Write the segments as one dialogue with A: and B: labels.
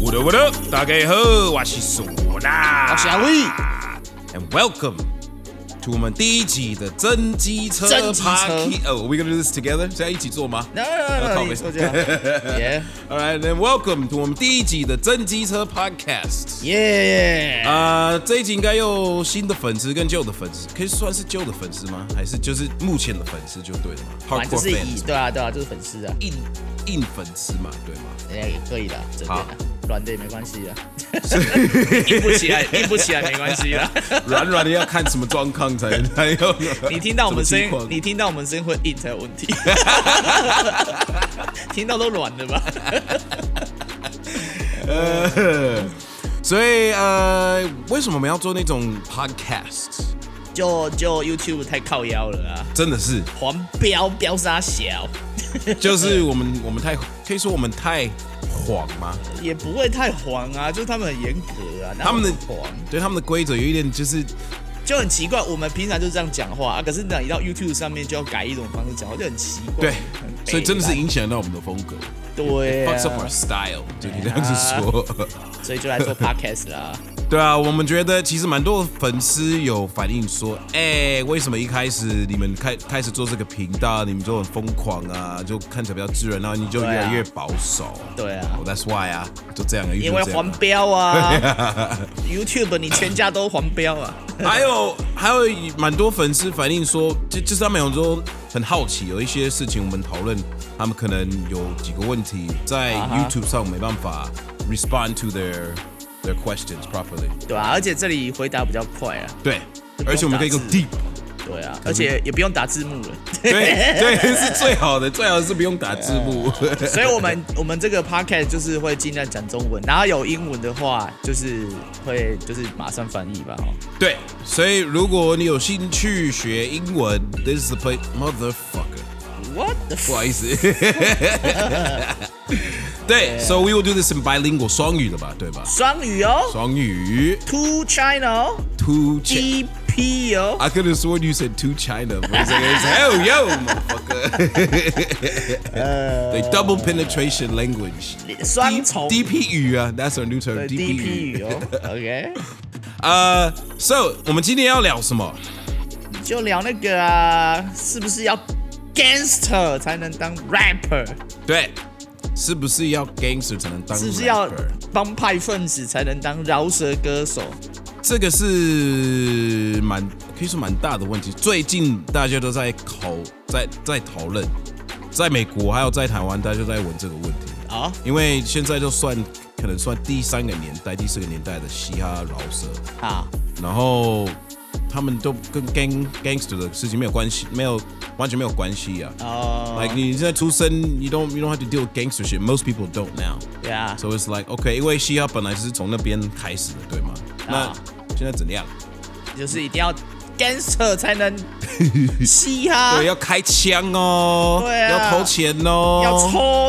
A: What up, what up？大家好，我是唢呐，
B: 我是阿伟
A: ，and welcome to 我们第一集的真机车
B: 真机车
A: Party。哦、oh,，we gonna do this together？是要一起做吗
B: No, no, no,
A: 靠
B: no,
A: 背
B: 做这样 Yeah.
A: All right, then welcome to 我们第一集的真机车 Podcast。
B: 耶！
A: 啊、这一集应该有新的粉丝跟旧的粉丝，可以算是旧的粉丝吗？还是就是目前的粉丝就对了嘛
B: 反正
A: ？Hardcore
B: 是以
A: fans，
B: 对啊对啊，就是粉丝啊，
A: 硬硬粉丝嘛，对吗？
B: 人家也可以的，真
A: 好
B: 的，软的也没关系的， 硬不起来，硬不起来没关 系的。
A: 软软的要看什么状况才才有。
B: 你听到我们声音
A: 什么情，况
B: 你听到我们声音会硬才有问 题，听到都软的吧？
A: 所以呃，为什么我们要做那种 podcast？
B: 就就 YouTube 太靠腰了啊，
A: 真的 是，
B: 黄标标杀小，
A: 就是我们我们太可以说我们太谎吗？
B: 也不会太黄啊，就是他们很严格啊，
A: 他们的
B: 哪有黄。
A: 对他们的规则有一点就是
B: 就很奇怪，我们平常就这样讲话啊，可是等你到 YouTube 上面就要改一种方式讲话，就很奇
A: 对
B: 怪。很北，
A: 所以真的是
B: 蓝
A: 影响到我们的风格
B: 对
A: ，fucks up
B: 啊
A: our，style，就可以这样子说。
B: 所以就来做 Podcast 啦。
A: 对啊，我们觉得其实蛮多粉丝有反映说，哎、为什么一开始你们开开始做这个频道，你们就很疯狂啊，就看起来比较自然，然后你就越
B: 对啊
A: 来越保守。
B: 对啊
A: 哦、t h a t s why 啊，就这样啊，
B: 因为
A: 就这样
B: 黄
A: 啊
B: 标 啊，YouTube 你全家都黄标啊。
A: 还有还有蛮多粉丝反映说，就就是他们有时候很好奇，有一些事情我们讨论，他们可能有几个问题在
B: 啊哈
A: YouTube 上没办法 respond to their their questions properly。
B: 对啊，而且这里回答比较快啊。
A: 对
B: 就，不用
A: 而且我们可以
B: 打
A: 用
B: 字
A: deep。
B: 对啊，而且也不用打字幕了。
A: 对对，是最好的，最好是不用打字幕。
B: 所以我们我们这个 Podcast 就是会尽量讲中文，然后有英文的话，就是会就是马上翻译吧。哦
A: 对，所以如果你有兴趣学英文，this is the place motherfucker。
B: What the fuck？
A: 不好意 思，对，so we will do this in bilingual 双语的吧，对吧？
B: 双语哦
A: 双语
B: ，To China 哦
A: to China。
B: EP 哦。
A: I could have sworn you said to China, but it's like, it's, hell yo, motherfucker. They double penetration language.
B: 双重
A: DP 语啊，That's our new term.
B: 对
A: DP
B: DP
A: 语
B: 语哦，OK，
A: 呃，So Uh, 我们今天要聊什么？
B: 就聊那个啊，是不是要 gangster 才能当 rapper？
A: 对，是不是要 gangster 才能当 rapper？
B: 是不是要帮派分子才能当饶舌歌手？
A: 这个是蛮可以说蛮大的问题。最近大家都在考，在在讨论，在美国还有在台湾，大家都在问这个问题，
B: 啊、
A: 因为现在就算可能算第三个年代、第四个啊年代的嘻哈饶舌，
B: 好，
A: 然后他们都跟 gang gangster 的事情没有关系，没有完全没有关系啊。
B: 哦、
A: Like 你现在出生，you don't you don't have to deal with gangster shit. Most people don't now.
B: y e a h
A: So it's like OK，因为嘻哈本来是从那边开始的，对吗？那
B: 啊
A: 现在怎样？
B: 就是一定要 gangster 才能 嘻哈
A: 对，，要开枪哦，
B: 啊对啊
A: 要投钱哦，
B: 要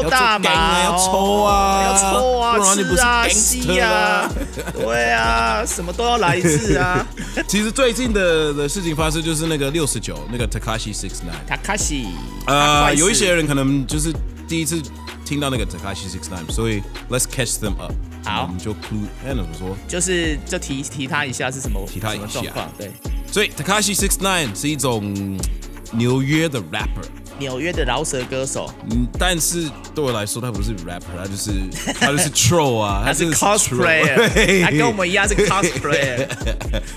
B: 抽大麻、
A: 要做 gang 啊，
B: 要
A: 要
B: 抽
A: 抽啊，
B: 啊，
A: 不然你不
B: 吃
A: 是
B: 啊，吸
A: gangster
B: 啊
A: 啊。，
B: 对啊，什么都要来一次啊。
A: 其实最近的的事情发生就是那个六十九，那个 Takashi Six Nine，
B: Takashi，
A: 呃，
B: 快
A: 有一
B: 死
A: 些人可能就是第一次听到那个 Takashi Six Nine，所以 Let's catch them up，
B: 好
A: 我们就 clue，哎，那怎么说？
B: 就是就提提他一下是什么
A: 提他一下
B: 什么状况？对，
A: 所以 Takashi Six Nine 是一种纽约的 rapper，
B: 纽约的饶舌歌手，
A: 嗯，但是对我来说他不是 rapper，他就是他就是 troll 啊，
B: 他
A: 他
B: 是
A: 真的
B: cosplayer，
A: troll
B: 他跟我们一样是 cosplayer，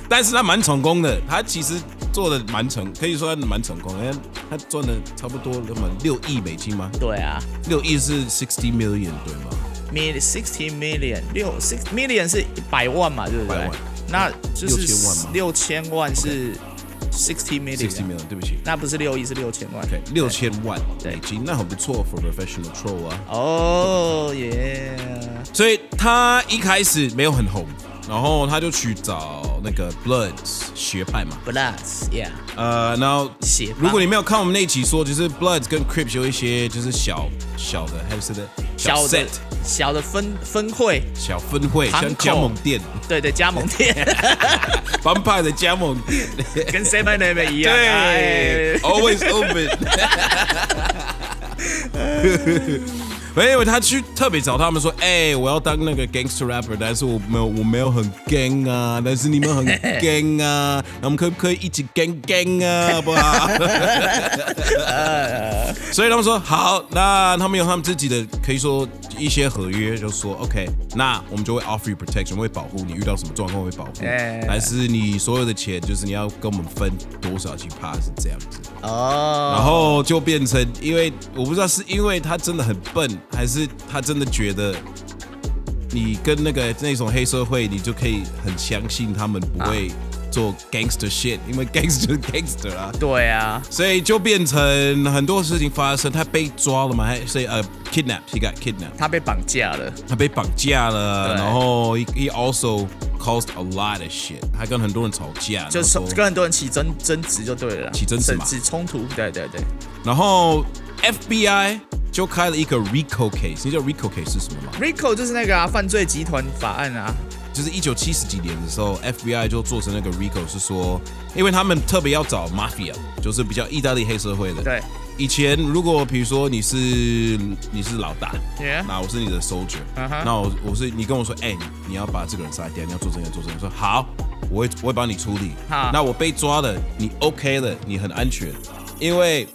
A: 但是他蛮成功的，他其实做的蛮成，可以说他蛮成功的，因为他赚了差不多那么六亿美金吗？
B: 对啊
A: 六亿是 sixty million 对吗？
B: ，million sixty million 六 six million 是百万嘛，对不
A: 百
B: 对
A: 万？
B: 那就是
A: 6000万吗
B: 六千万是
A: sixty
B: sixty million，啊
A: million，对不起
B: 那不是六亿是六千万。
A: ，OK，六千万
B: 对
A: 美金，那很不错，for professional troll 啊。
B: 哦耶，
A: 所以他一开始没有很红，然后他就去找那个 Bloods 学派嘛，
B: Bloods yeah，
A: 呃，然后
B: 血帮
A: 如果你没有看我们那一集说，就是 Bloods 跟 Crips 有一些就是小小的，还有是的
B: 小的
A: set
B: 小的分分会，
A: 小分会，
B: 堂
A: 像
B: 口
A: 加盟 店，
B: 对对，加盟 店
A: 帮派的加盟店，
B: 跟 Seven Eleven 一样，哎
A: 对，，always open。没有，他去特别找他们说，哎、我要当那个 gangster rapper，但是我没有，我没有很 gang 啊，但是你们很 gang 啊，那我们可不可以一起 gang gang 啊，好不好？所以他们说好，那他们有他们自己的，可以说一些合约，就说 OK，那我们就会 offer you protection，会保护你遇到什么状况会保护你，
B: 哎
A: 但是你所有的钱就是你要跟我们分多少去 pass 这样子。
B: 哦，
A: 然后就变成，因为我不知道是因为他真的很笨，还是他真的觉得你跟那个那种黑社会，你就可以很相信他们不
B: 啊
A: 会做 gangster shit，、因为 gangster 就是 gangster 啊，
B: 对啊，
A: 所以就变成很多事情发生。他被抓了嘛，还所以呃 kidnapped，he got kidnapped，
B: 他被绑架了，
A: 他被绑架了，
B: 对
A: 然后 he, he also caused a lot of shit，他跟很多人吵架，
B: 就
A: 然
B: 是
A: 后说
B: 跟很多人起争争执就对了啦，
A: 起争执嘛
B: 起冲突，对对对，
A: 然后 FBI 就开了一个 RICO case，你知道 RICO case 是什么吗？
B: RICO 就是那个啊，犯罪集团法案啊，
A: 就是一九七十几年的时候，FBI 就做成那个 RICO，是说，因为他们特别要找 mafia，就是比较意大利黑社会的。
B: 对，
A: 以前如果比如说你是你是老大，
B: Yeah
A: 那我是你的 soldier，、
B: 嗯哼
A: 那我我是你跟我说，哎、你你要把这个人杀掉，你要做这个做这个，我说好，我会我会帮你处理
B: 好。
A: 那我被抓了，你 OK 了，你很安全，因为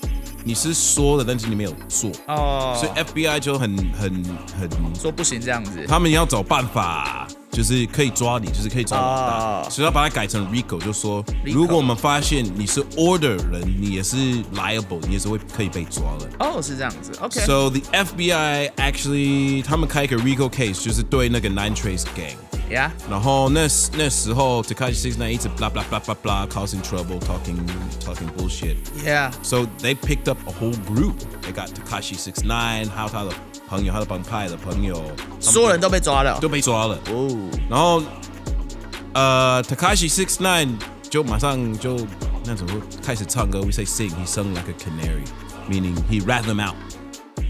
A: 你是说了，但是你没有做。
B: 哦，
A: 所以 FBI 就很很很，
B: 说不行这样子，
A: 他们要找办法，就是可以抓你，就是可以抓老大
B: 哦
A: 所以要把它改成 RICO，就说
B: RICO
A: 如果我们发现你是 order 人，你也是 liable，你也是会可以被抓的。
B: 哦是这样子，OK，
A: So the FBI actually 他们开一个 RICO case，就是对那个 Nine Trace Gang。
B: 呀，
A: 然后那时那时候 Takashi Six Nine 一直 blah blah blah blah blah causing trouble, talking talking bullshit。
B: Yeah，
A: So they picked up a whole group. They got Takashi Six Nine，还有他的朋友，他的帮派的朋友，
B: 所有人都被抓了
A: 都，被抓了。
B: 哦，
A: 然后，呃，Takashi Six Nine 就马上就那种开始唱歌，We say sing, he sung like a canary, meaning he rat them out，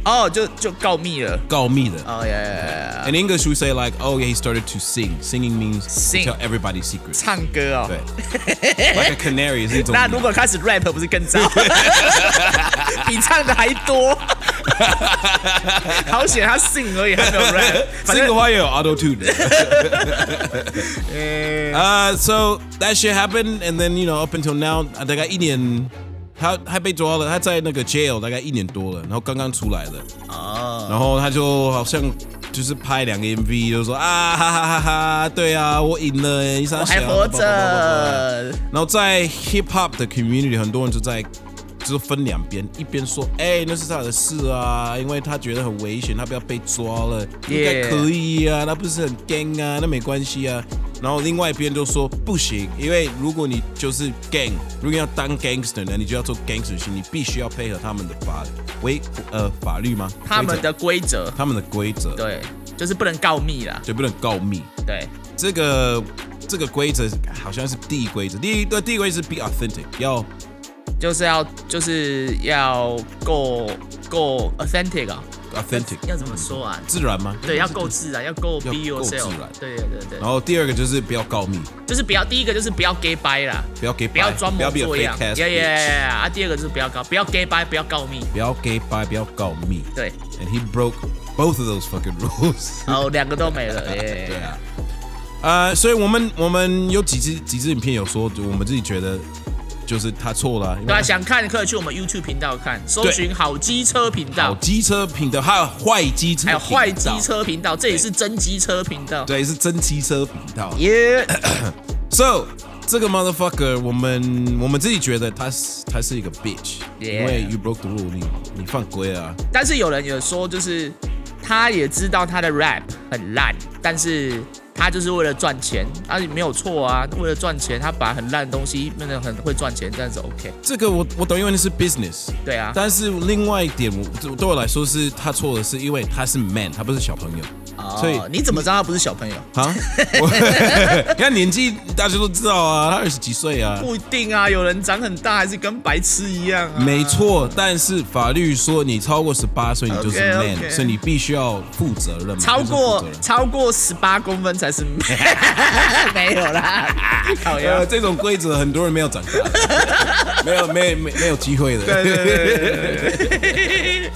B: 哦就就告密了，
A: 告密的。
B: 哦呀呀呀呀，
A: In English, we say like, oh yeah, he started to sing. Singing means
B: Sing.
A: to tell everybody secrets.
B: 唱歌哦，
A: 对，like a canary 是一种。
B: 那如果开始 rap 不是更 糟，比唱的还多，好险他信而已，还没有 rap，反
A: 这
B: 正
A: 个话也有 auto tune。呃，so Uh, that shit happened, and then you know up until now，啊大概一年，他他被抓了，他在那个 jail 大概一年多了，然后刚刚出来的。哦。然后他就好像就是拍两个 MV，就说啊哈哈哈哈，对啊，我赢了，一三
B: 我还活。着，
A: 然后在 hip hop 的 community，很多人就在就是分两边，一边说，哎、那是他的事啊，因为他觉得很危险，他不要被抓了，应该
B: Yeah
A: 可以啊，他不是很 gang 啊，那没关系啊。然后另外一边就说不行，因为如果你就是 gang，如果你要当 gangster 呢，你就要做 gangster 行，你必须要配合他们的法规呃法律吗？
B: 他
A: 规
B: 们
A: 则
B: 的规则，
A: 他们的规则，
B: 对，就是不能告密啦，
A: 就不能告密。
B: 对，
A: 这个这个规则好像是第一规则，第一对第一规则是 be authentic，要
B: 就是要就是要够够 authentic 啊、
A: authentic
B: 要怎么说啊？
A: 自然吗？
B: 对，要够自然，要够 be
A: 要够
B: yourself，
A: 自然
B: 对对对
A: 然
B: 对，
A: 后第二个就是不要告密，
B: 就是不要第一个就是不要 gay bye 啦，
A: 不要给
B: 不要装模
A: 不要
B: 作
A: be a
B: 样
A: fake，ass，
B: 呀呀
A: bitch
B: 呀呀！啊，第二个就是不要告，不要 gay bye，不要告密，
A: 不要 gay bye，不要告密。
B: 对，
A: And he broke both of those fucking rules。
B: 然后两个都没了，耶
A: 对啊。呃，所以我们我们有几支几支影片有说，我们自己觉得就是他错了啊、因
B: 对啊，
A: 为
B: 想看可以去我们 YouTube 频道看，搜寻好机车频
A: 好
B: 道，
A: 机车品德，还有坏机车，
B: 还有坏机，车频道，这里是真机车频道，
A: 对，是真机车频道。
B: 耶，
A: So 这个 motherfucker，我们我们自己觉得他是他是一个 bitch，、
B: Yeah
A: 因为 you broke the rule，你你犯规啊。
B: 但是有人有说，就是他也知道他的 rap 很烂，但是他就是为了赚钱，啊，你没有错啊，为了赚钱，他把很烂的东西变得很会赚钱，这样子 OK，
A: 这个我我懂，因为那是 business。
B: 对啊，
A: 但是另外一点，我对我来说是他错的是，因为他是 man，他不是小朋友，所以
B: 哦，你怎么知道他不是小朋友？
A: 啊，我看年纪大家都知道啊，他二十几岁啊，
B: 不一定啊，有人长很大还是跟白痴一样啊，
A: 没错。但是法律说你超过十八岁，你就是
B: OK，OK
A: man，所以你必须要负责任嘛，
B: 超过
A: 就是负责任
B: 超过十八公分才是 没有啦， 讨厌。
A: 呃，这种规则很多人没有长大，没有没没没有机会的。
B: 对对对对对对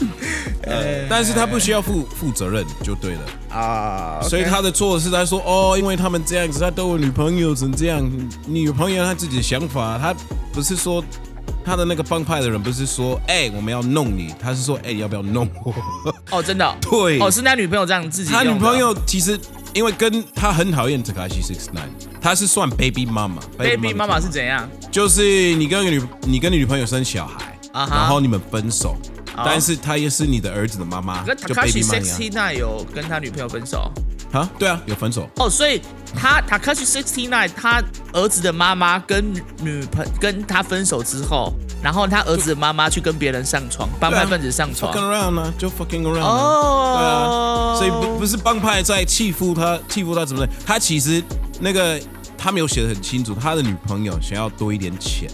A: 呃， 但是他不需要负负责任就对了。
B: 啊，
A: 所以他的错是他说哦，因为他们这样子，他对我女朋友成这样，女朋友她自己的想法，他不是说他的那个帮派的人不是说哎、我们要弄你，他是说哎、要不要弄我？
B: 哦，真的哦，
A: 对
B: 哦，是他女朋友这样自己
A: 他
B: 用的哦，
A: 女朋友其实因为跟他很讨厌 Takashi Six Nine，他是算 baby mama，baby
B: baby 妈妈是怎样？
A: 就是你跟女你跟你女朋友生小孩
B: 啊哈
A: 然后你们分手但是她也是你的儿子的妈妈，
B: 那
A: 就 baby 啊
B: Takashi
A: mama
B: Sixty Nine 有跟他女朋友分手
A: 啊，对啊，有分手。
B: 哦，所以他 Takashi Sixty Nine 他儿子的妈妈跟女女朋跟他分手之后，然后他儿子的妈妈去跟别人上床，帮派分子上床
A: 啊 fucking around 呢、就 fucking around 啊、
B: 哦，
A: 对啊，所以不不是帮派在欺负他，欺负他怎么的？他其实那个他没有写的很清楚，他的女朋友想要多一点钱，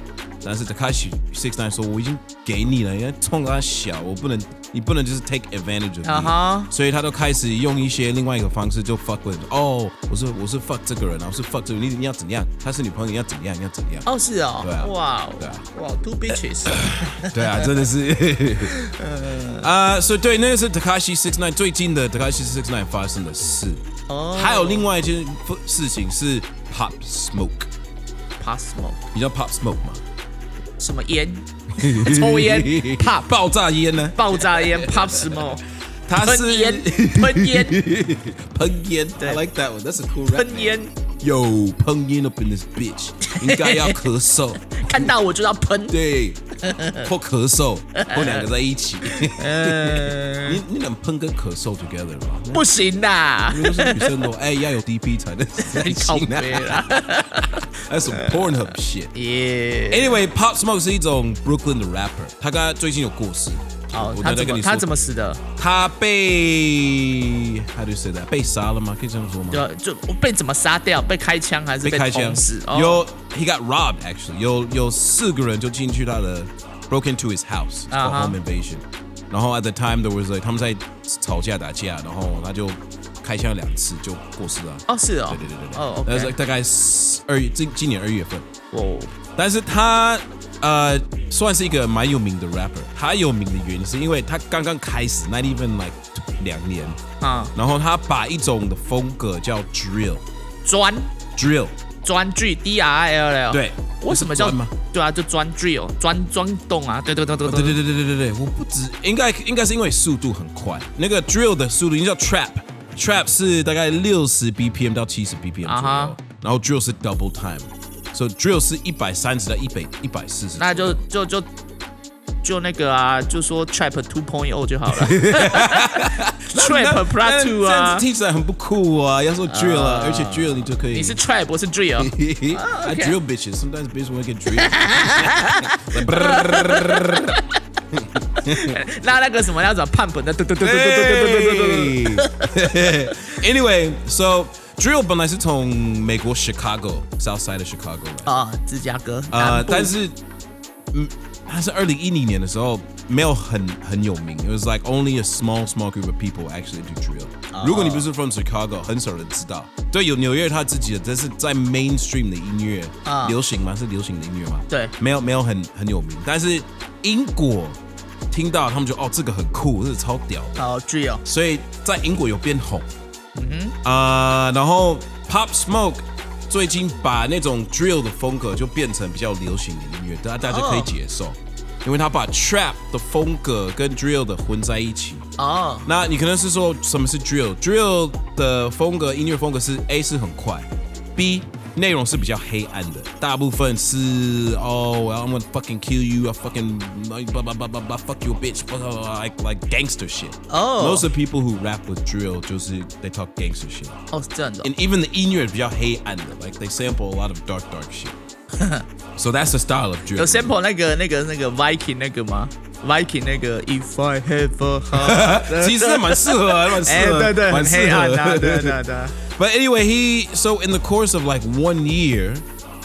A: 但是 Takashi Six Nine 说我已经给你了，因为冲他小，我不能，你不能就是 take advantage of
B: 啊
A: me，、
B: 哈
A: 所以他都开始用一些另外一个方式就 fuck with，哦，我是我是 fuck 这个人，然后是 fuck 这个人，你你要怎样？他是女朋友，你要怎样？你要怎样？
B: 哦是哦，
A: 对啊
B: 哇哦
A: 对啊
B: 哇哦 ，two bitches，
A: 对 啊，真的是，啊，所以对，那个是 Takashi Six Nine 最近的 Takashi Six Nine 发生的事。
B: 哦，
A: 还有另外一件事情是 Pop Smoke，
B: possible
A: 你知道 Pop Smoke 吗？
B: 什么烟， 抽烟 pop
A: 爆炸烟呢？
B: 爆炸烟 pop smoke，
A: 它
B: 喷
A: 是
B: 烟喷烟
A: 喷烟
B: 对
A: ，I like that one. That's a cool rap.
B: 喷烟，
A: 有喷烟 up in this bitch，应该要咳嗽，
B: 看到我就要喷。
A: 对，或咳嗽，或两个在一 起。
B: 嗯，
A: 你你能喷跟咳嗽 together 吗？
B: 不行 啦，
A: 如果是女生的话，哎，要有 DP 才能在一
B: 靠
A: 起呢。
B: 背啦，
A: That's some Pornhub shit.
B: 耶！
A: Anyway，Pop Smoke 是一种 Brooklyn 的 rapper，他刚最近有过世。
B: 好，
A: 我
B: 他
A: 再
B: 怎
A: 跟
B: 么
A: 你说
B: 他怎么死的？
A: 他被 how do you say that 被杀了吗？可以这样说吗？
B: 对啊，就被怎么杀掉？被开枪还是
A: 被开枪
B: 捅死？哦
A: 有 he got robbed actually，有有四个人就进去他的 uh, broke into his house，it's called
B: 啊哈
A: home invasion。然后 at the time there was like 他们在吵架打架，然后他就开枪两次就过世了。
B: 哦，是哦
A: 对对对对，对，
B: 哦
A: 那是
B: ，OK，
A: 大概十二月今今年二月份。
B: 哦，
A: 但是他呃算是一个蛮有名的 rapper，他有名的原因是因为他刚刚开始，not even like 两年，
B: 啊，
A: 然后他把一种的风格叫 drill
B: 专
A: drill，
B: 专剧 D R L L，
A: 对
B: 为什么叫
A: 不是专吗？
B: 对啊，就专剧哦，专专动啊，对对对对
A: 对
B: 对
A: 对对对对对对，我不止应该应该是因为速度很快，那个 drill 的速度，你叫 trap trap 是大概六十 BPM 到七十 BPM 左右
B: 啊哈
A: 然后 drill 是 double time，所、以 drill 是一百三十到一百一百四十，
B: 那就就就就那个啊，就说 Trap Two Point O 就好了，Trap
A: 那
B: Plus Two
A: 这样
B: 啊
A: 子，听起来很不酷啊，要说 drill 啊，而且 drill 你就可以
B: 你是 Trap，我是 Drill。
A: I
B: okay.
A: drill bitches. Sometimes bitches want to get drilled. Like, brrrr.
B: 那那个什么要怎么判本的？对对对对对对对对对对
A: Hey. anyway, so drill 本来是从美国 Chicago South Side of Chicago 来的
B: 啊！芝加哥
A: 呃，但
B: 是
A: 是嗯，它是二零一零年的时候没有很很有名，it was like only a small small group of people actually do drill。如果你不是 from Chicago，很少人知道。对，有纽约他自己的，但是在 mainstream 的音乐
B: 啊
A: 流行吗？是流行的音乐吗？
B: 对
A: 没有没有很很有名，但是英国听到他们就哦这个很酷，这个超屌的，
B: 哦 drill
A: 所以在英国有变红。嗯哼，啊、然后 Pop Smoke 最近把那种 drill 的风格就变成比较流行的音乐，大家大家可以接受，因为他把 trap 的风格跟 drill 的混在一起。
B: 哦
A: 那你可能是说什么是 drill？drill 的风格，音乐风格是 A 是很快，B 内容是比较黑暗的，大部分是哦，我要 I'm gonna fucking kill you，I fucking blah blah blah blah blah fuck you bitch，blah blah blah like like gangster shit。
B: 哦
A: Most of people who rap with drill 就是 they talk gangster shit,
B: 哦是这样的
A: and even the 音乐比较黑暗的，like they sample a lot of dark dark shit. so that's the style of drill.
B: 有 sample 那个那个那个 Viking 那个吗？Viking 那个 If I have a heart，
A: 其 实蛮适合啊，蛮适
B: 哎
A: 合，
B: 对对，
A: 蛮
B: 很
A: 适合
B: 黑暗啊，对对对。
A: But anyway, he so in the course of like one year,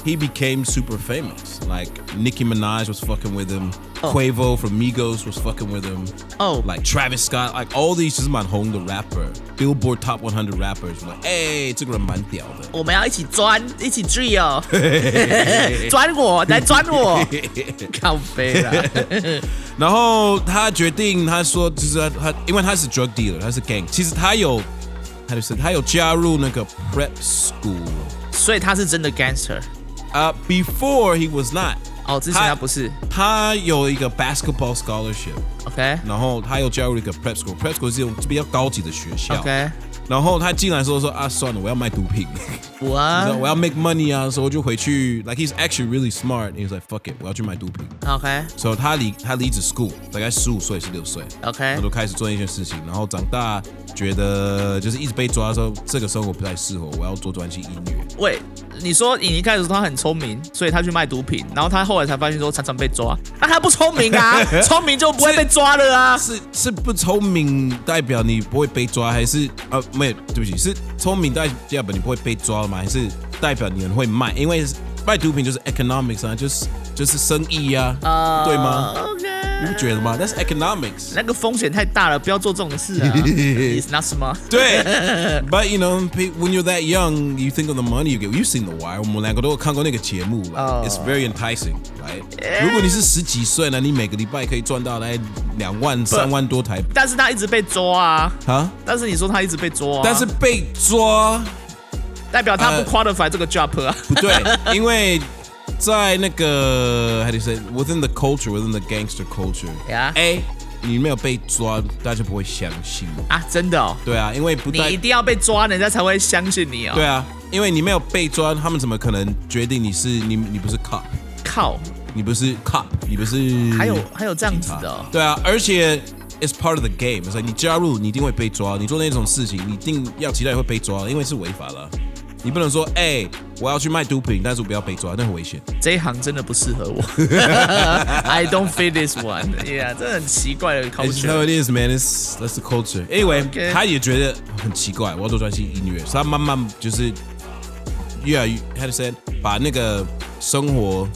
A: he became super famous. Like Nicki Minaj was fucking with him. Quavo from Migos was fucking with him.
B: Oh.
A: Like Travis Scott, like all these just man Hong the rapper. Billboard Top 100 rappers were like, hey, 这个人蛮屌的。
B: 我们要一起钻，一 起 drill，钻我，来钻我，靠背啦。
A: 然后他决定，他说就是他他，因为他是 drug dealer，他是 gang，其实他有，他就是他有加入那个 prep school
B: 所以他是真的 gangster
A: 啊、b e f o r e he was not，
B: 哦，之前
A: 他
B: 他不是
A: 他有一个 basketball scholarship，
B: ，OK
A: 然后他又加入一个 prep school，prep school 是一种比较高级的学校
B: OK，
A: 然后他进来的时候说啊，算了，我要卖毒 品，
B: 我
A: 你
B: 啊
A: 知道我要 make money 啊，所以我就回去，like he's actually really smart，and he's like fuck it，我要去卖毒品。
B: OK
A: 所以他离他离职 school 大概十五岁十六岁
B: OK
A: 他就开始做一些事情，然后长大觉得就是一直被抓的时候，这个生活不太适合我，我要做专辑音乐。
B: 喂，你说你一开始说他很聪明，所以他去卖毒品，然后他后来才发现说常常被抓，那他不聪明 啊，聪明就不会被抓了啊。
A: 是是不聪明代表你不会被抓，还是呃没有对不起，是聪明代表你不会被抓吗？还是代表你很会卖？因为卖毒品就是 economics 啊，就是就是生意呀、啊
B: 啊
A: 对吗？
B: ？OK，
A: 你不觉得吗？那是 economics。
B: 那个风险太大了，不要做这种 事啊。It's not smart。
A: 对，But you know, pe- when you're that young, you think of the money you get. You've seen the wire，我们两个都有看过那个节目，like,
B: 哦
A: It's very enticing, right？如果你是十几岁呢，你每个礼拜可以赚到来两万、三万多台币
B: 但是他一直被抓啊，
A: 啊，
B: 但是你说他一直被抓、啊，
A: 但是被抓
B: 代表他
A: 呃
B: 不 qualify 这个 job 啊。
A: 不 对，因为在那个 how do you say within the culture, within the gangster culture，
B: Yeah
A: 哎，你没有被抓，大家就不会相信。
B: 啊，真的哦，
A: 对啊，因为不
B: 你
A: 代
B: 一定要被抓，人家才会相信你哦。
A: 对，啊，因为你没有被抓，他们怎么可能决定你是你你不是 cop？
B: 靠，
A: 你不是 cop，你不是
B: 还有还有这样子的哦、
A: 对啊，而且 it's part of the game，所以你加入你一定会被抓，你做那种事情你一定要期待会被抓，因为是违法了。你不能说，哎、我要去卖毒品，但是我不要被抓，那很危险。
B: 这一行真的不适 合我。I don't fit this one。Yeah，这很奇怪的
A: It's how
B: culture。
A: it is, man. It's that's the culture. Anyway，、
B: Okay
A: 他也觉得很奇怪，我要做专心音乐，所以他慢慢就是越来越 how to say，it，把那个生活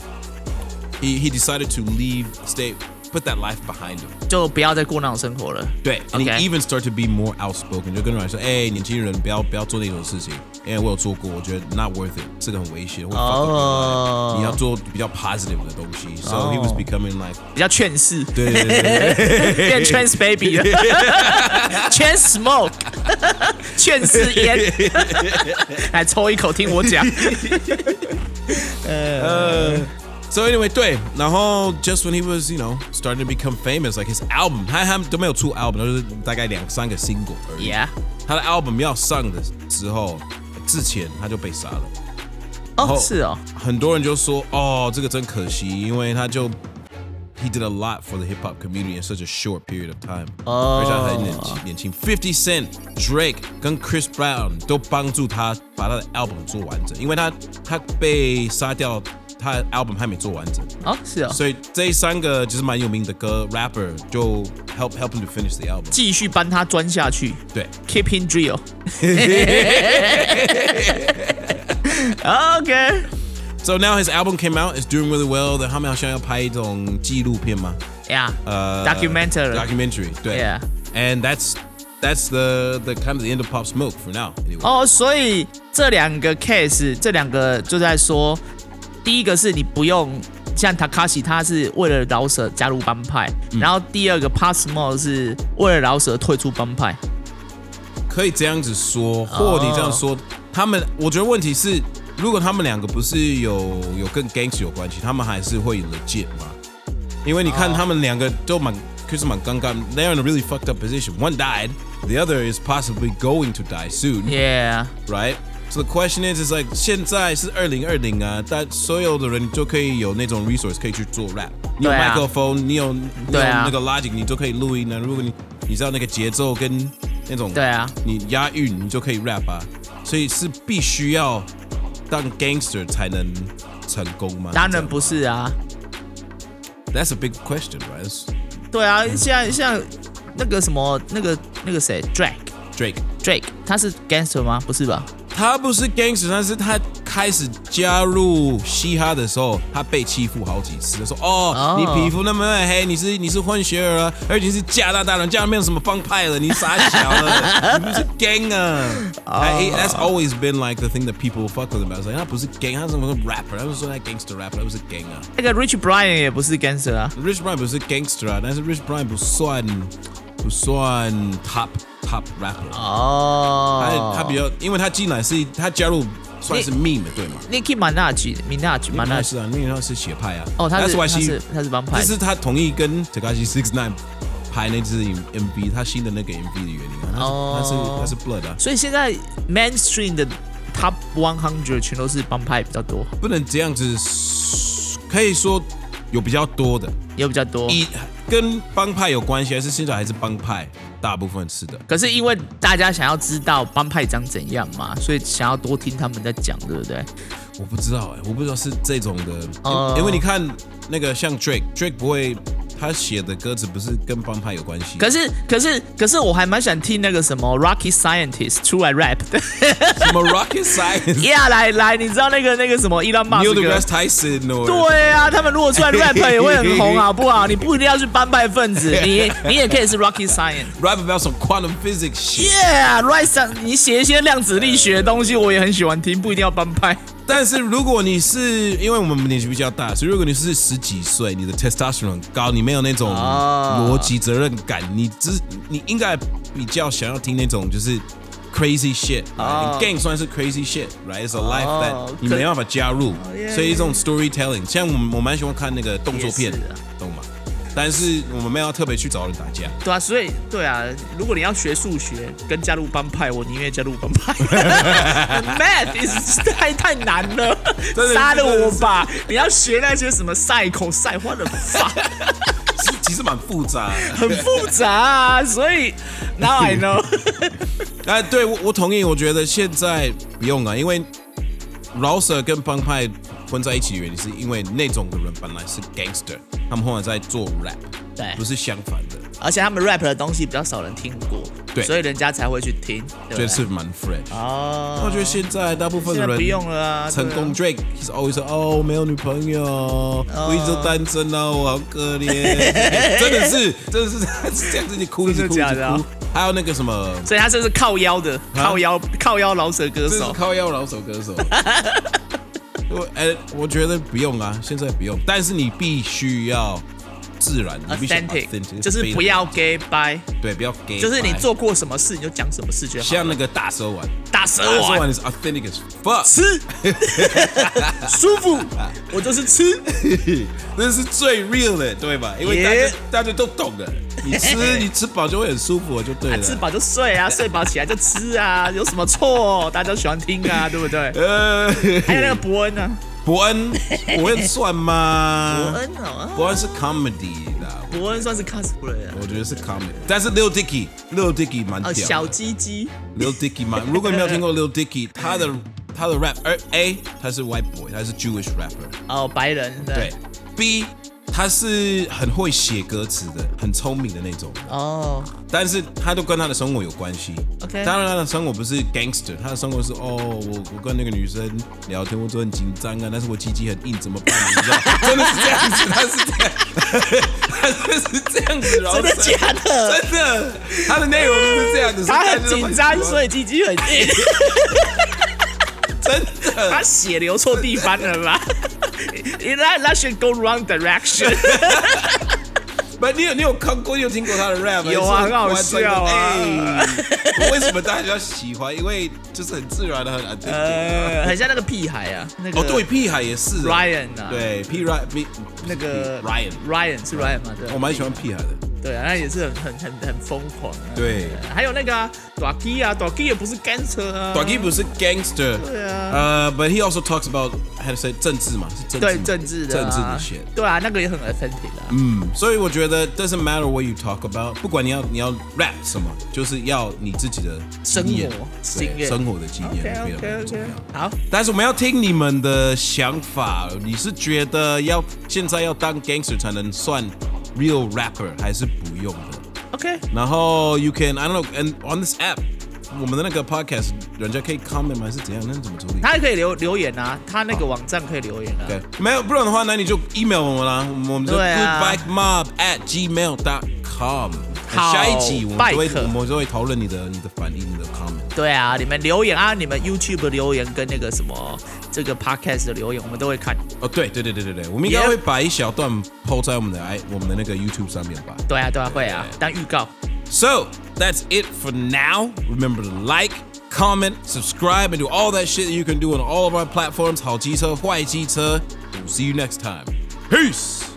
A: ，he he decided to leave, stay, put that life behind him.
B: 就不要再过那种生活了。
A: 对 and he
B: OK
A: even start to be more outspoken，就跟人说，哎、年轻人不要不要做那种事情，因为我有做过，我觉得 not worth it，这个很危险，会 fuck up your life，你要做比较 positive 的东西，so he was
B: 哦
A: becoming like，
B: 比较劝世，
A: 对对对对
B: 变 trans baby 了 ，trans smoke，劝世 烟，来抽一口听我 讲。
A: So anyway，对，然后 just when he was you know starting to become famous, like his album，他他都没有出 album，就是大概两三个 single 而已。
B: Yeah，
A: 他的 album 要上的时候，之前他就被杀了。
B: 哦
A: 后
B: 是哦，
A: 很多人就说，哦，这个真可惜，因为他就 he did a lot for the hip hop community in such a short period of time，、而
B: 哦
A: 且他很年轻年轻。Fifty Cent、Drake 跟 Chris Brown 都帮助他把他的 album 做完整，因为他他被杀掉，他的 album 还没做完整。
B: 哦是哦，
A: 所以这三个就是蛮有名的歌 rapper 就 help help him to finish the album。
B: 继续帮他钻下去
A: 对，
B: ，keep him drill。OK，
A: so now his album came out, it's doing really well. 他们好像要拍一种纪录片嘛，
B: 呀
A: 呃
B: ，documentary，
A: documentary 对
B: Yeah
A: and that's that's the the kind of the end of pop smoke for now. Anyway.
B: 哦，所以这两个 case，这两个就在说，第一个是你不用像 Takashi，他是为了饶舌加入帮派，
A: 嗯
B: 然后第二个 Passmo 是为了饶舌退出帮派。
A: 可以这样子说，或你这样说，他们我觉得问题是，如果他们两个不是有有跟 gangs 有关系，他们还是会 legit 嘛？因为你看他们两个都蛮就是蛮尴尬，they're in a really fucked up position. One died, the other is possibly going to die soon.
B: Yeah，
A: right? So the question is, is like 现在是二零二零啊，但所有的人就可以有那种 resource 可以去做 rap。你有
B: 对啊
A: microphone，、你有
B: 对啊
A: 你有那个 logic，你就可以录音啊。如果你你知道那个节奏跟那种
B: 对啊
A: 你押韵，你就可以 rap 啊。所以是必须要当 gangster 才能成功吗？
B: 当然不是啊。
A: That's a big question, right? That's
B: 对啊，像像那个什么那个那个谁 Drake
A: Drake
B: Drake，他是 gangster 吗？不是吧？
A: 他不是 gangster，但是他开始加入嘻哈的时候，他被欺负好几次，说哦
B: 哦，
A: 你皮肤那么黑，你是你是混血儿啊，而且你是加拿大人，加拿大没有什么帮派了，你傻小了，你不是 gang 啊。I, that's always been like the thing that people fuck with about. It's Like, 他不是 gang，他是什么 rapper，他们说他 gangster rapper，他不是 gang 啊。
B: 那个 Rich Brian 也不是 gangster 啊，
A: Rich Brian 不是 gangster 啊，但是 Rich Brian 不算不算 top top rapper，、
B: 哦
A: 他他比较，因为他进来是他加入算是 meme 对吗？
B: Nicki Minaj Minaj
A: 那
B: Minaj
A: 是啊，那个是斜派啊。
B: 哦，他是
A: That's why
B: 他
A: she-
B: 是他是帮派
A: 这
B: 的，
A: 是他同意跟 Takashi Six Nine 拍那支 MV，他新的那个 MV 的原因啊。他是、
B: 哦
A: 他是他是 Blood 啊，
B: 所以现在 mainstream 的 top one hundred 全都是帮派比较多，
A: 不能这样子，可以说有比较多的，
B: 也比较多。
A: 以跟帮派有关系，还是现在还是帮派，大部分是的。
B: 可是因为大家想要知道帮派长怎样嘛，所以想要多听他们在讲，对不对？
A: 我不知道哎、我不知道是这种的，因、
B: 哦
A: 因为你看那个像 Drake，Drake 不会他写的歌词不是跟帮派有关系，
B: 可是可是可是我还蛮想听那个什么 Rocky Scientist 出来 rap 的
A: 什么 Rocket Science、
B: 呀，来来，你知道那个那个什么 Elon
A: Neil
B: Musk 的
A: deGrasse Tyson 哦，
B: 对啊，他们如果出来 rap 也会很红，好不好？你不一定要是帮派 分子，你你也可以是 Rocky Scientist。
A: ，rap about some quantum physics shit。
B: Yeah，right 上你写一些量子力学的东西，我也很喜欢听，不一定要帮派。
A: 但是如果你是因为我们年纪比较大，所以如果你是十几岁，你的 testosterone 很高，你没有那种
B: 啊
A: 逻辑责任感，你只你应该比较想要听那种就是 crazy shit、
B: 啊
A: gang 算是 crazy shit，right？It's a life that、
B: 哦
A: 你没办法加入，
B: yeah，
A: 所以一种 storytelling，像我们我蛮喜欢看那个动作片，
B: 也是啊
A: 懂吗？但是我们没有特别去找人打架，
B: 对啊，所以对啊，如果你要学数学跟加入帮派，我宁愿加入帮 派。Math is 太太难了
A: 真的，
B: 杀了我吧！你要学那些什么赛口赛花的 fuck，
A: 其实其实蛮复杂的。
B: 很复杂啊。所以 now I know，
A: 哎，对我我同意，我觉得现在不用啊了，因为饶舌跟帮派混在一起的原因，是因为那种的人本来是 gangster，他们后来在做 rap，
B: 对
A: 不是相反的，
B: 而且他们 rap 的东西比较少人听过，
A: 对
B: 所以人家才会去听，对
A: 觉
B: 不
A: 得是
B: 对？
A: 蛮 fresh。
B: 哦，
A: 我觉得现在大部分的
B: 现在
A: 人
B: 不用了哦啊，
A: 成功
B: 对
A: Drake is always 说哦，我没有女朋友，我一直都单身啊，我好可 怜，真的是，真的是 是这样子，你哭一直哭一
B: 真的假
A: 直
B: 的啊
A: 哭。还有那个什么，
B: 啊，所以他这是靠腰的，靠腰靠腰老舍歌
A: 啊这是
B: 手。
A: 靠腰老手歌手。 我哎、我觉得不用啊，现在不用，但是你必须要自然你必须
B: authentic，
A: authentic，
B: 就是不要 gay bye，
A: 对，不要 gay，
B: 就是你
A: bye
B: 做过什么事你就讲什么事就好。
A: 像那个大蛇啊丸，
B: 打蛇
A: 大蛇
B: 丸
A: 丸 is authentic as fuck，
B: 吃，舒服，我就是吃。
A: 这是最 real 的，对吧？因为大家大家都懂的，你 吃你吃饱就会很舒服，就对
B: 啊
A: 了。
B: 吃饱就睡啊，睡饱起来就吃啊，有什么错？大家都喜欢听 啊，对不对？
A: 呃，
B: 还有那个伯恩啊呢？
A: 伯恩，伯恩算吗？
B: 伯，恩啊，
A: 伯恩是 comedy 的，
B: 伯恩算是 cosplay 啊。
A: 我觉得是 comedy，但是 Lil Dicky Lil Dicky 蛮屌
B: 哦，
A: 的。
B: 小鸡鸡
A: Lil Dicky 嘛，如果你没有听过 Lil Dicky，他的他的 rap，而 A 他是 white boy，他是 Jewish rapper，
B: 哦，白人
A: 对
B: 对
A: ，B 他是很会写歌词的，很聪明的那种，
B: 哦，
A: 但是他都跟他的生活有关系。
B: OK
A: 当然他的生活不是 gangster，他的生活是哦，我我跟那个女生聊天，我都很紧张啊，但是我鸡鸡很硬，怎么办？你 知道，真的是这样子，他是这样，他是这样子，然后
B: 真的假的？
A: 真的，他的内容就是这样子，
B: 他很紧张，
A: 以
B: 所以鸡鸡很硬。
A: 真的。
B: 他血流错地方 了吧？That that should go wrong direction 。
A: 不，你有你有看过，你有听过他的 rap？吗
B: 有啊
A: 就是
B: 很好
A: 我还真的
B: 笑啊
A: 哎 为什么大家喜欢？因为就是很自然 的，很 authentic
B: 呃，很像那个屁孩啊，那个
A: 哦，对，屁孩也是啊
B: Ryan 啊，，
A: 对，P Ryan P
B: 那个
A: Ryan，
B: Ryan 是 Ryan 嘛？对，
A: 我蛮喜欢屁孩的。
B: 对啊，那也是很很很很疯狂啊。
A: 对
B: 还有那个啊，短 K 啊，短 K 也不是 gangster 啊，
A: 短 K 不是 gangster，对
B: 啊
A: 呃，but he also talks about how to say 政治嘛，是政治
B: 对
A: 嘛
B: 政治的
A: 政
B: 啊，
A: 治的 shit。
B: 对啊，那个也很 authentic 啊。
A: 嗯，所以我觉得 doesn't matter what you talk about，不管你要你要 rap 什么，就是要你自己的经验
B: 生活
A: 对
B: 经验
A: 生活的经验
B: OK
A: 非
B: OK
A: 常重
B: OK，
A: 要。
B: 好，
A: 但是我们要听你们的想法，你是觉得要现在要当 gangster 才能算 real rapper，还是不用的？
B: OK，
A: 然后 you can I don't know and on this app。我们的那个 podcast，人家可以 comment 吗？还是怎样？那怎么处理？
B: 他也可以留留言啊，他那个网站可以留言啊。
A: 对，没有，不然的话，那你就 email 我们啦、我们的 good
B: 对啊
A: bike mob at gmail dot com。
B: 好
A: 下一集我们就会
B: bike
A: 我们就会讨论你的你的反应你的 comment。
B: 对啊，你们留言啊，你们 YouTube 的留言跟那个什么这个 Podcast 的留言，我们都会看。
A: 哦，对对对对对对，我们应该
B: Yeah
A: 会把一小段抛在我们的 i 我们的那个 YouTube 上面吧。
B: 对啊，对啊，会啊，当预告。
A: So that's it for now. Remember to like, comment, subscribe, and do all that shit that you can do on all of our platforms. 好机车,坏机车. We'll see you next time. Peace.